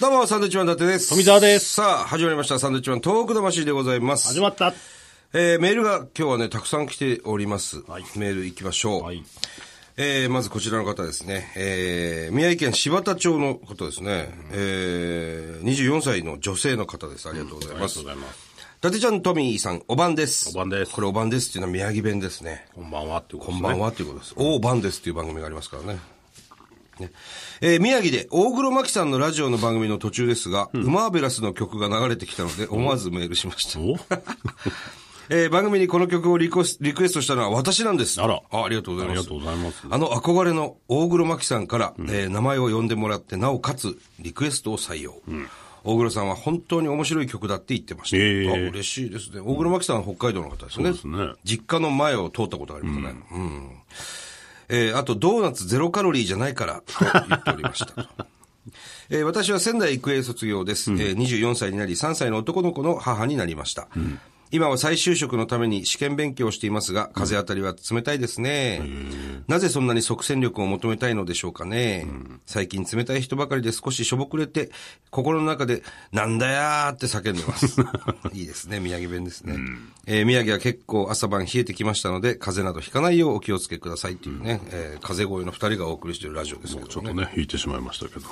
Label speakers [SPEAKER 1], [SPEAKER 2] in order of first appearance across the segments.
[SPEAKER 1] どうも、サンドウィッチマン伊達です。
[SPEAKER 2] 富澤です
[SPEAKER 1] さあ、始まりました。サンドウィッチマントーク魂でございます。
[SPEAKER 2] 始まった。
[SPEAKER 1] えー、メールが今日はね、たくさん来ております。
[SPEAKER 2] はい
[SPEAKER 1] メール行きましょう。
[SPEAKER 2] はい
[SPEAKER 1] えー、まずこちらの方ですね。えー、宮城県柴田町の方ですね。えー、24歳の女性の方です。ありがとうございます。
[SPEAKER 2] ありがとうございます。
[SPEAKER 1] 伊達ちゃん、トミーさん、おばんです。
[SPEAKER 2] おばんです
[SPEAKER 1] これおばんですっていうのは宮城弁ですね。
[SPEAKER 2] こんばんはっていうこと
[SPEAKER 1] こん
[SPEAKER 2] ですね。
[SPEAKER 1] ばんはっていうことです。大番ですっていう番組がありますからね。ねえー宮城で大黒摩季さんのラジオの番組の途中ですが、ウマーベラスの曲が流れてきたので思わずメールしました。えー番組にこの曲をリクエスリクエストしたのは私なんです。
[SPEAKER 2] あら
[SPEAKER 1] あありがとうございます。
[SPEAKER 2] ありがとうございます
[SPEAKER 1] あの憧れの大黒摩季さんから、えー名前を呼んでもらって、なおかつリクエストを採用。大黒さんは本当に面白い曲だって言ってました。
[SPEAKER 2] へー
[SPEAKER 1] あ嬉しいですね。大黒摩季さんは北海道の方ですよね。
[SPEAKER 2] そうですね
[SPEAKER 1] 実家の前を通ったことがありますね。うん。えーあと、ドーナツゼロカロリーじゃないから、と言っておりました と。えー私は仙台育英卒業です、えー24歳になり、3歳の男の子の母になりました。今は再就職のために試験勉強をしていますが、風当たりは冷たいですね。なぜそんなに即戦力を求めたいのでしょうかね。最近冷たい人ばかりで少ししょぼくれて、心の中で、なんだやーって叫んで ます。いいですね、宮城弁ですね。えー宮城は結構朝晩冷えてきましたので、風邪などひかないようお気をつけくださいっていうね、えー風邪声の二人がお送りしているラジオですけど、ね。
[SPEAKER 2] ちょっとね、引いてしまいましたけど。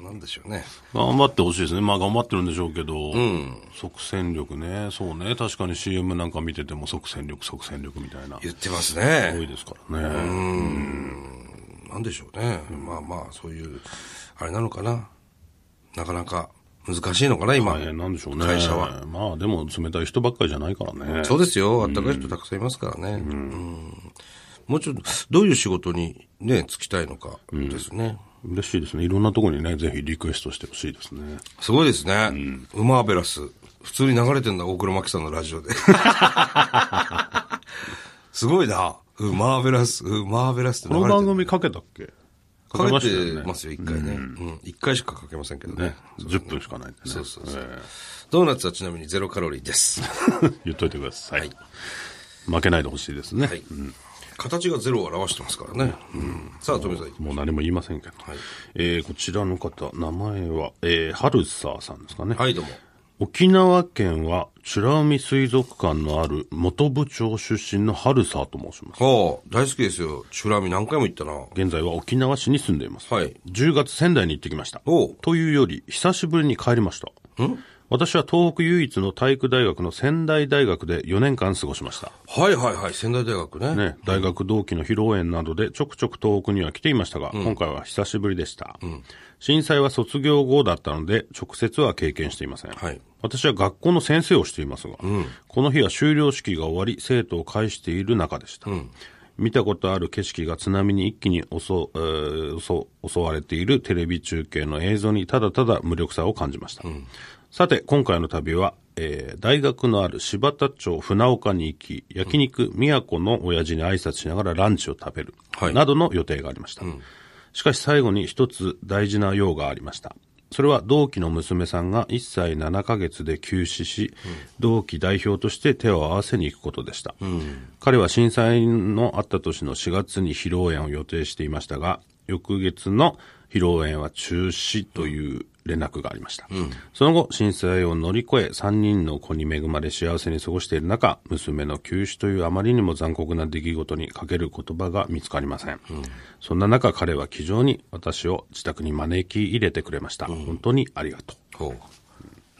[SPEAKER 1] なんでしょうね。
[SPEAKER 2] 頑張ってほしいですね。まあ頑張ってるんでしょうけど、即戦力ね。そうね。確かに CM なんか見てても即戦力、即戦力みたいな。
[SPEAKER 1] 言ってます
[SPEAKER 2] 多
[SPEAKER 1] ね。
[SPEAKER 2] いですからね。
[SPEAKER 1] なんでしょうね。まあまあ、そういう、あれなのかな。なかなか難しいのかな、今。
[SPEAKER 2] 大変なんでしょうね。
[SPEAKER 1] 会社は。
[SPEAKER 2] まあでも冷たい人ばっかりじゃないからね。
[SPEAKER 1] そうですよ。あったかい人たくさんいますからね。うんもうちょっと、どういう仕事にね、就きたいのかですね。
[SPEAKER 2] 嬉しいですね。いろんなところにね、ぜひリクエストしてほしいですね。
[SPEAKER 1] すごいですね。ウマーベラス。普通に流れてんだ、大黒摩季さんのラジ オで。すごいな。ウマーベラス、ウマーベラスって
[SPEAKER 2] こ
[SPEAKER 1] 流れて
[SPEAKER 2] の
[SPEAKER 1] る
[SPEAKER 2] 番組かけたっけ
[SPEAKER 1] かけ
[SPEAKER 2] ました
[SPEAKER 1] て
[SPEAKER 2] よね
[SPEAKER 1] ま。すよ、一回ね。うん。一回しかかけませんけどね
[SPEAKER 2] ね。10分しかないんでね。
[SPEAKER 1] そうそうそう
[SPEAKER 2] え
[SPEAKER 1] ドーナツはちなみにゼロカロリー です。
[SPEAKER 2] え 言っといてください。負けないでほしいですね。
[SPEAKER 1] はい。形がゼロを表してますからね。うんさあ、富澤
[SPEAKER 2] もう何も言いませんけど。
[SPEAKER 1] い
[SPEAKER 2] えーこちらの方、名前は、えー、ハルサーさんですかね。
[SPEAKER 1] はい、どうも。
[SPEAKER 2] 沖縄県は、美ら海水族館のある元部長出身のハルサーと申します。
[SPEAKER 1] はあ、大好きですよ。チュラミ何回も行ったな。
[SPEAKER 2] 現在は沖縄市に住んでいます。
[SPEAKER 1] はい
[SPEAKER 2] 10月仙台に行ってきました。
[SPEAKER 1] おう
[SPEAKER 2] というより、久しぶりに帰りました。私は東北唯一の体育大学の仙台大学で4年間過ごしました。
[SPEAKER 1] はいはいはい、仙台大学ね。
[SPEAKER 2] ね、大学同期の披露宴などでちょくちょく東北には来ていましたが、今回は久しぶりでした、震災は卒業後だったので、直接は経験していません。
[SPEAKER 1] はい
[SPEAKER 2] 私は学校の先生をしていますが、この日は修了式が終わり、生徒を介している中でした。見たことある景色が津波に一気に襲うえー襲襲われているテレビ中継の映像にただただ無力さを感じました。さて、今回の旅は、えー大学のある柴田町船岡に行き、焼肉宮古の親父に挨拶しながらランチを食べる、
[SPEAKER 1] はい
[SPEAKER 2] などの予定がありました。しかし最後に一つ大事な用がありました。それは同期の娘さんが1歳7ヶ月で急死し、同期代表として手を合わせに行くことでした。彼は震災のあった年の4月に披露宴を予定していましたが、翌月の披露宴は中止という連絡がありました、その後震災を乗り越え3人の子に恵まれ幸せに過ごしている中娘の急死というあまりにも残酷な出来事にかける言葉が見つかりません、そんな中彼は気丈に私を自宅に招き入れてくれました、本当にありがと
[SPEAKER 1] ほ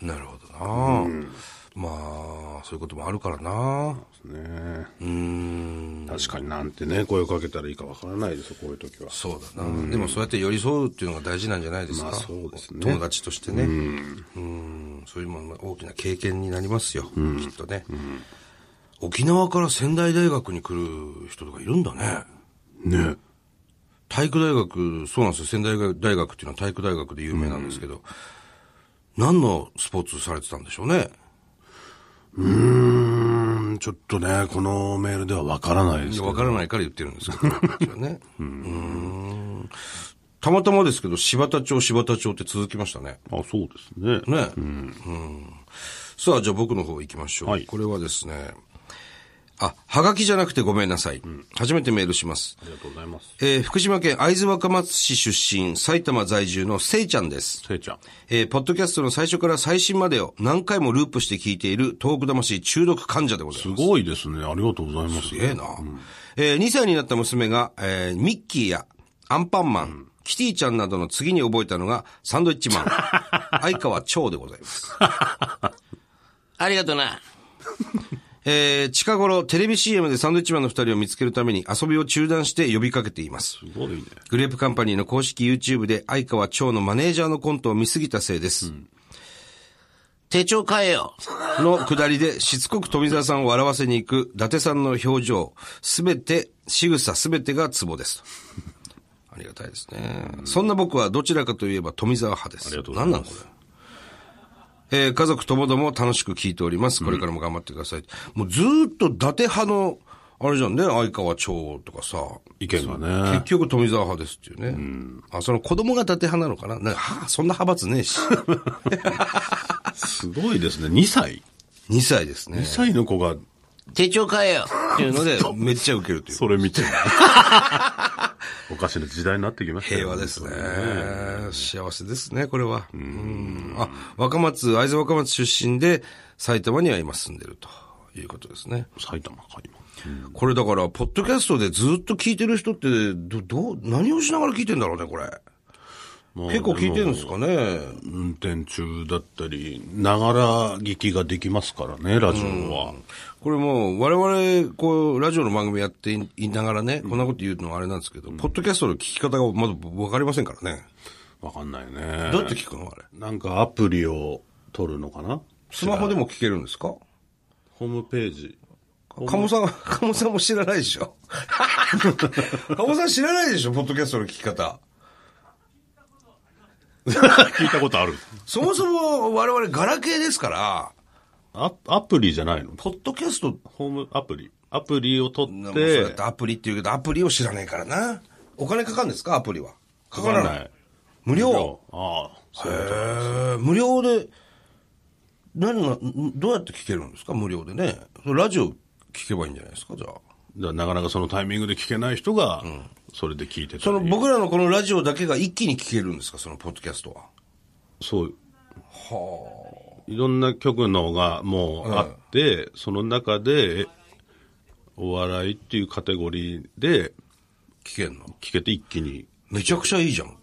[SPEAKER 1] う。なるほどな、まあ、そういうこともあるからな
[SPEAKER 2] うね
[SPEAKER 1] うーん。
[SPEAKER 2] 確かになんてね声をかけたらいいかわからないですよこういう時は
[SPEAKER 1] そうだな、でもそうやって寄り添うっていうのが大事なんじゃないですか。
[SPEAKER 2] まあそうですね
[SPEAKER 1] 友達としてね。うん。そういうもの大きな経験になりますよ。きっとね、沖縄から仙台大学に来る人とかいるんだね。
[SPEAKER 2] ね
[SPEAKER 1] 体育大学、そうなんですよ。仙台大学っていうのは体育大学で有名なんですけど、何のスポーツされてたんでしょうね。
[SPEAKER 2] うんちょっとねこのメールではわからないで
[SPEAKER 1] いや
[SPEAKER 2] すけど
[SPEAKER 1] わからないから言ってるんですけど、こっちは ね。うーんたまたまですけど、柴田町、柴田町って続きましたね。
[SPEAKER 2] あそうですね
[SPEAKER 1] ね。うん。さあ、じゃあ僕の方行きましょう。
[SPEAKER 2] はい
[SPEAKER 1] これはですね、あ、はがきじゃなくてごめんなさい。初めてメールします。
[SPEAKER 2] りがとうございます。
[SPEAKER 1] えー福島県会津若松市出身、埼玉在住のせいちゃんです。
[SPEAKER 2] せいちゃん。
[SPEAKER 1] えーポッドキャストの最初から最新までを何回もループして聞いているトーク魂中毒患者でございます
[SPEAKER 2] す。ごいですね。ありがとうございます。
[SPEAKER 1] すげえな。えー2歳になった娘が、えーミッキーやアンパンマン、キティちゃんなどの次に覚えたのがサンドイッチ マン、相川蝶でございます。
[SPEAKER 3] ありがとな。
[SPEAKER 1] えー近頃テレビ CM でサンドイッチマンの二人を見つけるために遊びを中断して呼びかけています。
[SPEAKER 2] すごいね。
[SPEAKER 1] グレープカンパニーの公式 YouTube で相川蝶のマネージャーのコントを見すぎたせいです。
[SPEAKER 3] 手帳変えよ。
[SPEAKER 1] の下りでしつこく富澤さんを笑わせに行く伊達さんの表情、すべて、仕草すべてがツボです。ありがたいですね。そんな僕はどちらかといえば富澤派です。
[SPEAKER 2] ありがとうございます
[SPEAKER 1] 何なんこれ。えー家族ともども楽しく聞いております。これからも頑張ってください。もうずーっと伊達派の、あれじゃんね、相川町とかさ、
[SPEAKER 2] 意見が
[SPEAKER 1] 結
[SPEAKER 2] ね。
[SPEAKER 1] 局富澤派ですっていうね。あ、その子供が伊達派なのかななんか、はあそんな派閥ねえ し。
[SPEAKER 2] すごいですね。2歳
[SPEAKER 1] 2歳ですね
[SPEAKER 2] ?2。歳の子が
[SPEAKER 3] 手帳変えよ。
[SPEAKER 1] っていうので、 めっちゃ受けるという。
[SPEAKER 2] それ見 てる。おかしな時代になってきましたよ
[SPEAKER 1] 平和ですね。。幸せですね、これは。うんあ、若松、会津若松出身で、埼玉には今住んでるということですね。
[SPEAKER 2] 埼玉か、今。
[SPEAKER 1] これだから、ポッドキャストでずっと聞いてる人って、ど、どう、何をしながら聞いてんだろうね、これ。
[SPEAKER 2] もう
[SPEAKER 1] 結構聞いてるんですかね。
[SPEAKER 2] 運転中だったり、ながら聞きができますからね、ラジオは。
[SPEAKER 1] これもう、我々、こう、ラジオの番組やっていながらね、こんなこと言うのはあれなんですけど、ポッドキャストの聞き方がまだわかりませんからね。
[SPEAKER 2] わかんないね。
[SPEAKER 1] どうやって聞くのあれ。
[SPEAKER 2] なんかアプリを取るのかな
[SPEAKER 1] スマホでも聞けるんですか
[SPEAKER 2] ホームページ。
[SPEAKER 1] 鴨 さん、鴨さんも知らないで しょ鴨さん知らないでしょポッドキャストの聞き方。
[SPEAKER 2] 聞いたことある。
[SPEAKER 1] そもそも我々ガラケーですから、
[SPEAKER 2] アアプリじゃないの
[SPEAKER 1] ポッドキャスト、
[SPEAKER 2] ホームアプリ。アプリを取
[SPEAKER 1] な
[SPEAKER 2] っ
[SPEAKER 1] んかそうや
[SPEAKER 2] て
[SPEAKER 1] って、アプリって言うけど、アプリを知らないからな。お金かかるんですかアプリは。か
[SPEAKER 2] わ
[SPEAKER 1] からない。。無料。
[SPEAKER 2] ああ、そういう
[SPEAKER 1] え
[SPEAKER 2] こと
[SPEAKER 1] ー無料で、何が、んどうやって聞けるんですか無料でね。それラジオ聞けばいいんじゃないですかじゃあ。
[SPEAKER 2] だからなかなかそのタイミングで聞けない人が、それで聞いてたり
[SPEAKER 1] その僕らのこのラジオだけが一気に聞けるんですかそのポッドキャストは。
[SPEAKER 2] そう。いろんな曲のがもうあって、その中で、お笑いっていうカテゴリーで
[SPEAKER 1] 聞けるの
[SPEAKER 2] 聞けて一気に。
[SPEAKER 1] めちゃくちゃいいじゃん。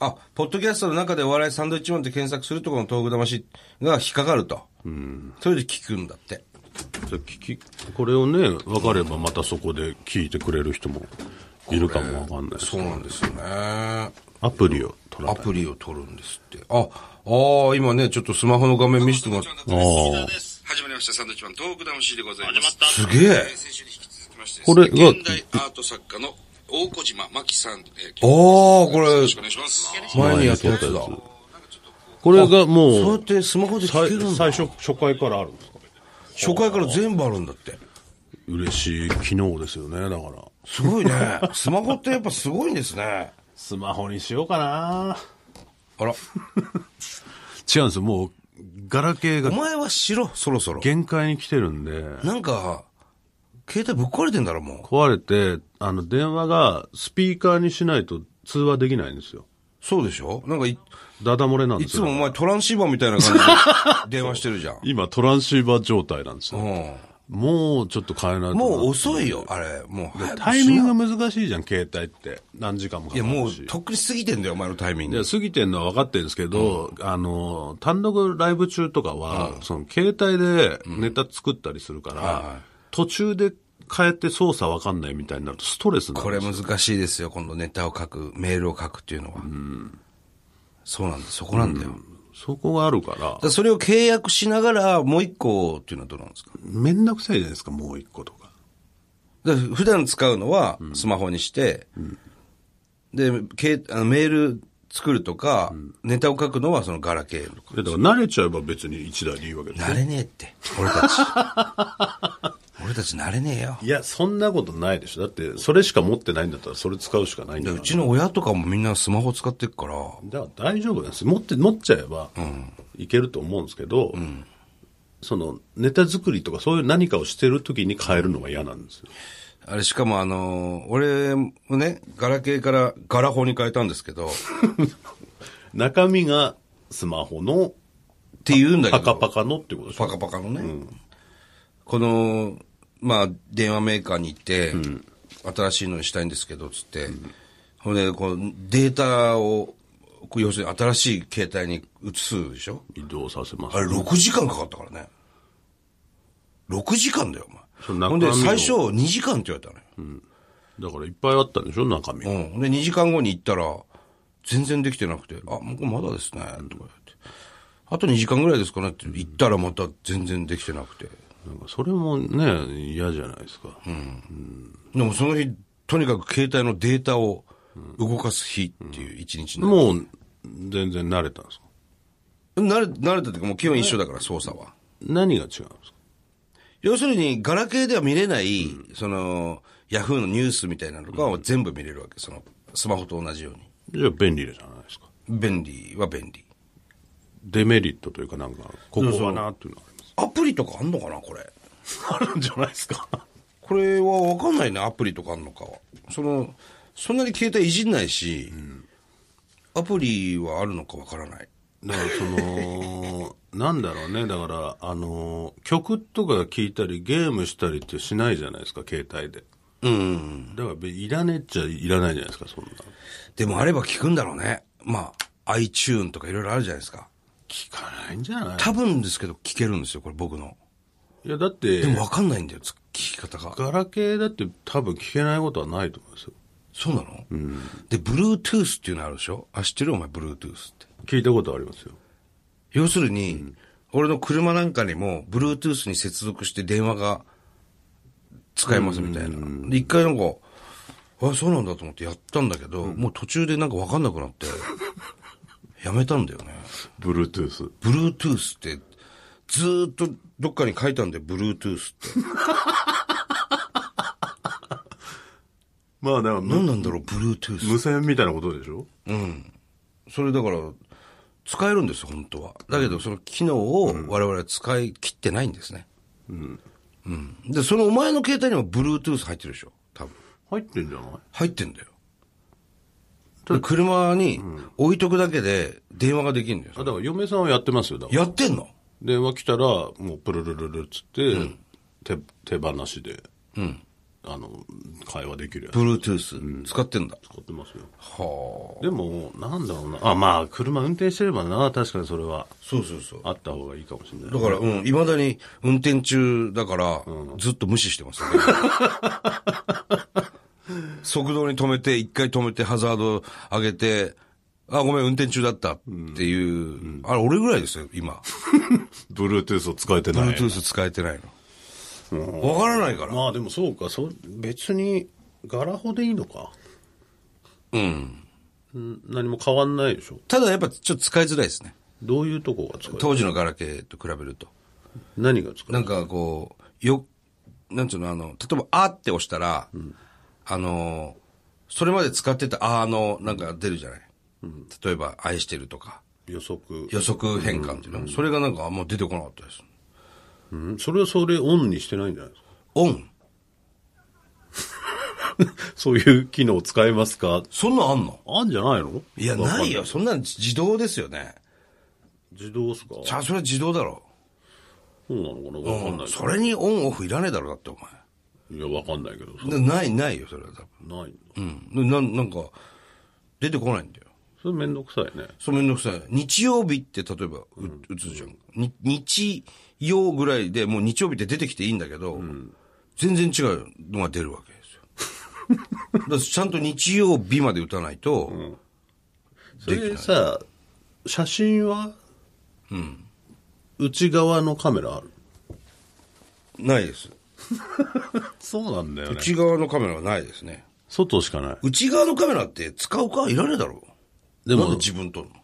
[SPEAKER 1] あ、ポッドキャストの中でお笑いサンドイッチマンって検索するとこの東北魂が引っかかると。それで聞くんだって。
[SPEAKER 2] じゃあ聞き、これをね、分かればまたそこで聞いてくれる人もいるかもわかんないです
[SPEAKER 1] そうなんですよね。ア
[SPEAKER 2] アプリを取らない。
[SPEAKER 1] プリを取るんですって。あ、ああ、今ね、ちょっとスマホの画面見せてもらって。
[SPEAKER 2] ああ。
[SPEAKER 1] 始まりました、サンドイッチマン東北魂でございます。
[SPEAKER 3] ます
[SPEAKER 1] すげえ。
[SPEAKER 2] これが
[SPEAKER 1] 現代アート作家の大小島真紀さん。えー
[SPEAKER 4] ああ、これ、
[SPEAKER 1] お願いします。
[SPEAKER 4] 前にやったやつだ。
[SPEAKER 2] これがもう、
[SPEAKER 1] そうやってスマホで聞けるんだ。
[SPEAKER 2] 最初、初回からあるんですか
[SPEAKER 1] 初回から全部あるんだって。
[SPEAKER 2] 嬉しい機能ですよね、だから。
[SPEAKER 1] すごいね。 スマホってやっぱすごいんですね。
[SPEAKER 2] スマホにしようかな
[SPEAKER 1] あら、
[SPEAKER 2] 違うんですよ、もう、ガラケー
[SPEAKER 1] お
[SPEAKER 2] が
[SPEAKER 1] 前はしろ、そろそろ。
[SPEAKER 2] 限界に来てるんで、
[SPEAKER 1] なんか、携帯ぶっ壊れてんだろ、もう。
[SPEAKER 2] 壊れて、あの、電話がスピーカーにしないと通話できないんですよ。
[SPEAKER 1] そうでしょなんかい、
[SPEAKER 2] ダダ漏れなん
[SPEAKER 1] い
[SPEAKER 2] で
[SPEAKER 1] つ
[SPEAKER 2] すよ。
[SPEAKER 1] もお前トランシーバーみたいな感じで電話してるじゃ ん。
[SPEAKER 2] 今、トランシーバー状態なんですよ。
[SPEAKER 1] う
[SPEAKER 2] もうちょっと変えないと
[SPEAKER 1] ん。
[SPEAKER 2] な。
[SPEAKER 1] もう遅いよ、あれ。もう。
[SPEAKER 2] タイミング難しいじゃん、携帯って。何時間もか
[SPEAKER 1] い
[SPEAKER 2] か
[SPEAKER 1] や、
[SPEAKER 2] るし。
[SPEAKER 1] もう、とっくに過ぎてんだよ、お前のタイミン
[SPEAKER 2] で
[SPEAKER 1] グ。
[SPEAKER 2] 過ぎてんのは分かってるんですけど、あの、単独ライブ中とかは、その、携帯でネタ作ったりするから、途中で変えて操作分かんないみたいになるとストレスにな
[SPEAKER 1] こ
[SPEAKER 2] るん
[SPEAKER 1] れ
[SPEAKER 2] ですよ。
[SPEAKER 1] 難しいですよ、今度ネタを書く、メールを書くっていうのは。そうなんだ、そこなんだよ。
[SPEAKER 2] そこがあるから
[SPEAKER 1] だか、らそれを契約しながら、もう一個っていうのはどうなんですか
[SPEAKER 2] めんどくさいじゃないですか、もう一個とか。
[SPEAKER 1] だから普段使うのはスマホにして、でけあのメール作るとか、ネタを書くのはそのガラケーとか。
[SPEAKER 2] でだから慣れちゃえば別に一台でいいわけです
[SPEAKER 1] 慣
[SPEAKER 2] ね。
[SPEAKER 1] れねえって、俺 たち。俺たち慣れねえよ。
[SPEAKER 2] いや、そんなことないでしょ。だって、それしか持ってないんだったら、それ使うしかないん
[SPEAKER 1] で
[SPEAKER 2] だ
[SPEAKER 1] う
[SPEAKER 2] から。
[SPEAKER 1] ちの親とかもみんなスマホ使ってっから、
[SPEAKER 2] だから大丈夫なんです持って、持っちゃえば、いけると思うんですけど、その、ネタ作りとかそういう何かをしてる時に変えるのが嫌なんですよ。
[SPEAKER 1] あれ、しかもあのー俺もね、ガラケーからガラ法に変えたんですけど、っ
[SPEAKER 2] 中身がスマホの
[SPEAKER 1] て言うんだけ
[SPEAKER 2] パ
[SPEAKER 1] ど。
[SPEAKER 2] カパカのってことでしょ
[SPEAKER 1] パカパカのね。この、まあ、電話メーカーに行って、新しいのにしたいんですけど、つって。ほんで、こう、データを、こう要するに新しい携帯に移すでしょ
[SPEAKER 2] 移動させます
[SPEAKER 1] あ。れ、6時間かかったからね。6時間だよ、お
[SPEAKER 2] その
[SPEAKER 1] 前。ほん
[SPEAKER 2] 中身を
[SPEAKER 1] で、最初2時間って言われたのよ。
[SPEAKER 2] だからいっぱいあったんでしょ中身が。
[SPEAKER 1] うん。で、2時間後に行ったら、全然できてなくて、あ、もうこれまだですね、とか言って。あと2時間ぐらいですかねって行ったらまた全然できてなくて。
[SPEAKER 2] なんかそれもね、嫌じゃないですか。
[SPEAKER 1] でもその日、とにかく携帯のデータを動かす日っていう一日の、
[SPEAKER 2] もう、全然慣れたんですか
[SPEAKER 1] 慣れ、慣れたというかもう基本一緒だから、操作は。
[SPEAKER 2] 何が違うんですか
[SPEAKER 1] 要するに、ガラケーでは見れない、その、ヤフーのニュースみたいなのが全部見れるわけ。その、スマホと同じように。
[SPEAKER 2] じゃあ便利じゃないですか。
[SPEAKER 1] 便利は便利。
[SPEAKER 2] デメリットというかなんか、ここはなっていうのはあり
[SPEAKER 1] アプリとかあんのかな、これ。
[SPEAKER 2] ます。あるんじゃないですか。
[SPEAKER 1] これはわかんないね、アプリとかあんのかは。その、そんなに携帯いじんないし、アプリはあるのかわからない。
[SPEAKER 2] だからその、なんだろうね。だから、あの、曲とか聴いたりゲームしたりってしないじゃないですか、携帯で。うん。だから、いらねえっちゃいらないじゃないですか、そんな。
[SPEAKER 1] でもあれば聞くんだろうね。まあ、iTune とかいろいろあるじゃないですか。
[SPEAKER 2] 聞かないんじゃない
[SPEAKER 1] 多分ですけど聞けるんですよ、これ僕の。
[SPEAKER 2] いや、だって
[SPEAKER 1] で、もわかんないんだよ、つ聞き方が。
[SPEAKER 2] ガラケーだって多分聞けないことはないと思うんですよ。
[SPEAKER 1] そうなの、で、Bluetooth っていうのあるでしょあ、知ってるお前、Bluetooth って。
[SPEAKER 2] 聞いたことありますよ。
[SPEAKER 1] 要するに、俺の車なんかにも、Bluetooth に接続して電話が使えますみたいな。で、一回なんか、あ、そうなんだと思ってやったんだけど、もう途中でなんかわかんなくなって、やめたんだよね。
[SPEAKER 2] Bluetooth。
[SPEAKER 1] Bluetooth って、ずーっとどっかに書いたんで、Bluetooth って。
[SPEAKER 2] まあ、だから、
[SPEAKER 1] 何
[SPEAKER 2] 無
[SPEAKER 1] なんだろう、Bluetooth。
[SPEAKER 2] 無線みたいなことでしょ
[SPEAKER 1] それだから、使えるんですよ、本当は。だけど、その機能を我々は使い切ってないんですね。うん。で、そのお前の携帯にも Bluetooth 入ってるでしょ、多分。
[SPEAKER 2] 入ってんじゃない
[SPEAKER 1] 入ってんだよ。で車に置いとくだけで電話ができるんだ
[SPEAKER 2] あ、だ
[SPEAKER 1] よ。
[SPEAKER 2] から嫁さんはやってますよ、だから。
[SPEAKER 1] やってんの
[SPEAKER 2] 電話来たら、もうプルルルルっつって、手、手放しで、あの、会話できるやつ
[SPEAKER 1] ?Bluetooth。使ってんだ。
[SPEAKER 2] 使ってますよ。
[SPEAKER 1] はあ。
[SPEAKER 2] でも、なんだろうな。あ、まあ、車運転してればな、確かにそれは、
[SPEAKER 1] そうそうそう。
[SPEAKER 2] あった方がいいかもしれない。
[SPEAKER 1] だから、うん、未だに運転中だから、ずっと無視してます、ね。 速度に止めて、一回止めて、ハザード上げて、あ、ごめん、運転中だったっていう、あれ、俺ぐらいですよ、今。
[SPEAKER 2] Bluetooth を使えてない。
[SPEAKER 1] Bluetooth 使えてないの。わからないから。
[SPEAKER 2] まあでもそうか、そう別に、ガラホでいいのか。うん。何も変わんないでしょ。
[SPEAKER 1] ただ、やっぱ、ちょっと使いづらいですね。
[SPEAKER 2] どういうとこが使える
[SPEAKER 1] 当時のガラケーと比べると。
[SPEAKER 2] 何が使える
[SPEAKER 1] なんか、こう、よ、なんつうの、あの、例えば、あーって押したら、あの、それまで使ってたあーの、なんか出るじゃない。例えば、愛してるとか。
[SPEAKER 2] 予測。
[SPEAKER 1] 予測変換っていうの、それがなんかあんま出てこなかったです。
[SPEAKER 2] うんそれはそれオンにしてないんじゃないですか。
[SPEAKER 1] オン
[SPEAKER 2] そういう機能使えますか
[SPEAKER 1] そんなんあんの
[SPEAKER 2] あんじゃないの
[SPEAKER 1] いや、
[SPEAKER 2] わかん
[SPEAKER 1] ないよ。そんなん自動ですよね。
[SPEAKER 2] 自動っすか
[SPEAKER 1] じゃあ、それは自動だろ。
[SPEAKER 2] そうなのかなわかんないけ
[SPEAKER 1] それにオンオフいらねえだろ、だってお
[SPEAKER 2] ど。いや、わかんないけど。
[SPEAKER 1] 前。なない、ないよ、それは多
[SPEAKER 2] ないんだ
[SPEAKER 1] 分。うん。な、なんか、出てこないんだよ。
[SPEAKER 2] それめんどくさいね。
[SPEAKER 1] そうめんどくさい。日曜日って例えば、う、打つじゃん。に日曜ぐらいで、もう日曜日って出てきていいんだけど、全然違うのが出るわけですよ。だからちゃんと日曜日まで打たないと、
[SPEAKER 2] それさ、写真はうん。内側のカメラある
[SPEAKER 1] ないです。
[SPEAKER 2] そうなんだよね。
[SPEAKER 1] 内側のカメラはないですね。
[SPEAKER 2] 外しかない。
[SPEAKER 1] 内側のカメラって使うかいらねえだろ。
[SPEAKER 2] で
[SPEAKER 1] なん
[SPEAKER 2] も
[SPEAKER 1] で、自分撮るの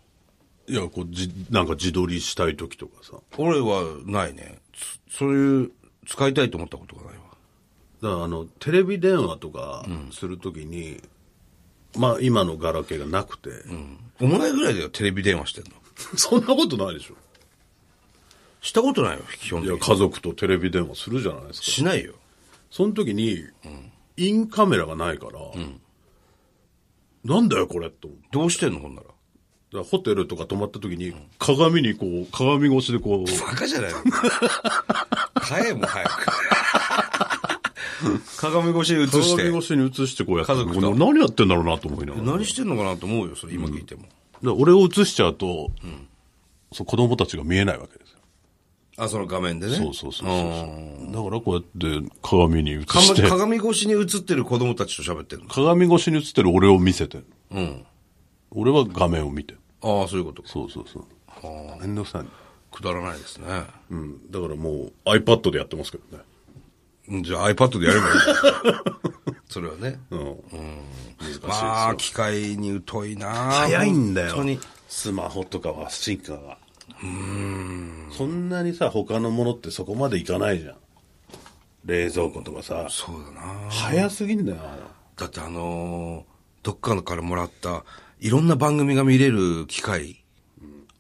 [SPEAKER 2] いや、こう、じ、なんか自撮りしたい時とかさ。だか
[SPEAKER 1] 俺はないね。つそういう、使いたいと思ったことがないわ。
[SPEAKER 2] らあの、テレビ電話とかする時に、まあ今のガラケーがなくて、
[SPEAKER 1] お前ぐらいだよ、テレビ電話してんの。
[SPEAKER 2] そんなことないでしょ。
[SPEAKER 1] したことないよ、基本
[SPEAKER 2] い
[SPEAKER 1] 的
[SPEAKER 2] や、
[SPEAKER 1] に。
[SPEAKER 2] 家族とテレビ電話するじゃないですか。
[SPEAKER 1] しないよ。
[SPEAKER 2] その時に、インカメラがないから、なんだよこれと思って。
[SPEAKER 1] どうしてんの、ほんなら。
[SPEAKER 2] だからホテルとか泊まった時に、鏡にこう、鏡越しでこう、
[SPEAKER 1] バカじゃない の買えもう早く。鏡越しに映し
[SPEAKER 2] 鏡
[SPEAKER 1] て
[SPEAKER 2] 越。しに映してこうやって、
[SPEAKER 1] 家族と
[SPEAKER 2] 俺何やってんだろうなと思いながら。だか
[SPEAKER 1] 何してんのかなと思うよ、それ今聞いても。
[SPEAKER 2] ら俺を映しちゃうと、そう子供たちが見えないわけですよ。
[SPEAKER 1] あ、その画面でね。
[SPEAKER 2] そうそうそうそうそう。だからこうやって鏡に映して
[SPEAKER 1] か、鏡越しに映ってる子供たちと喋ってるの。
[SPEAKER 2] 鏡越しに映ってる俺を見せてる
[SPEAKER 1] うん。
[SPEAKER 2] 俺は画面を見てる
[SPEAKER 1] ああ、そういうこと。
[SPEAKER 2] そうそうそう。めんどくさい。
[SPEAKER 1] くだらないですね。
[SPEAKER 2] うん。だからもう iPad でやってますけどね。
[SPEAKER 1] うんじゃあ iPad でやればいいじゃん それはね。
[SPEAKER 2] うん。
[SPEAKER 1] まあ、機械に疎いな
[SPEAKER 2] 早いんだよ。
[SPEAKER 1] 本当に。
[SPEAKER 2] スマホとかは進化が。うん。そんなにさ、他のものってそこまでいかないじゃん。冷蔵庫とかさ。
[SPEAKER 1] そうだな
[SPEAKER 2] 早すぎんだよ。
[SPEAKER 1] だってあのーどっかからもらった、いろんな番組が見れる機械、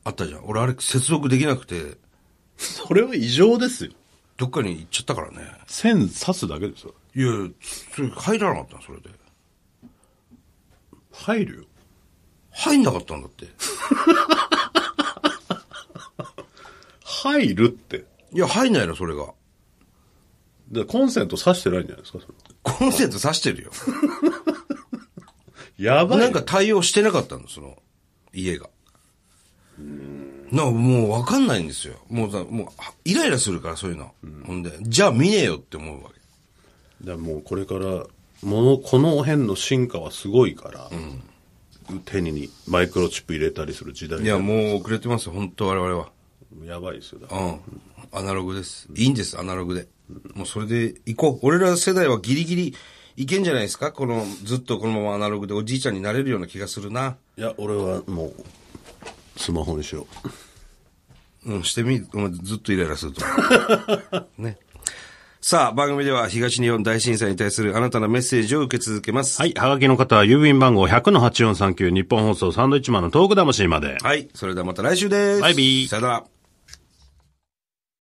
[SPEAKER 1] あったじゃん。俺あれ接続できなくて、
[SPEAKER 2] それは異常ですよ。
[SPEAKER 1] どっかに行っちゃったからね。
[SPEAKER 2] 線刺すだけですよ。
[SPEAKER 1] いや、それ入らなかったのそれで。
[SPEAKER 2] 入るよ。
[SPEAKER 1] 入んなかったんだって。
[SPEAKER 2] 入るって。
[SPEAKER 1] いや、入んないの、それが。
[SPEAKER 2] でコンセント刺してないんじゃないですか、それ。
[SPEAKER 1] コンセント挿してるよ。
[SPEAKER 2] やばい。
[SPEAKER 1] なんか、対応してなかったの、その、家が。なんかもうわかんないんですよ。もうさ、もう、あイライラするから、そういうの。ほんで、じゃあ見ねえよって思うわけ。
[SPEAKER 2] だからもうこれからものこの辺の進化はすごいから、手にマイクロチップ入れたりする時代
[SPEAKER 1] いや、もう遅れてますよ、本当我々は。
[SPEAKER 2] やばいですよだから
[SPEAKER 1] うん。アナログです。いいんです、アナログで。もうそれで行こう。俺ら世代はギリギリいけんじゃないですかこの、ずっとこのままアナログでおじいちゃんになれるような気がするな。
[SPEAKER 2] いや俺はもうスマホにしよう
[SPEAKER 1] うん、してみ、お前ずっとイライラすると思う ね。さあ、番組では東日本大震災に対するあなたのメッセージを受け続けます。
[SPEAKER 2] はいはがきの方は郵便番号100-8439日本放送サンドイッチマンのトーク魂まで
[SPEAKER 1] はい。それではまた来週です。
[SPEAKER 2] バイビー
[SPEAKER 1] さよなら。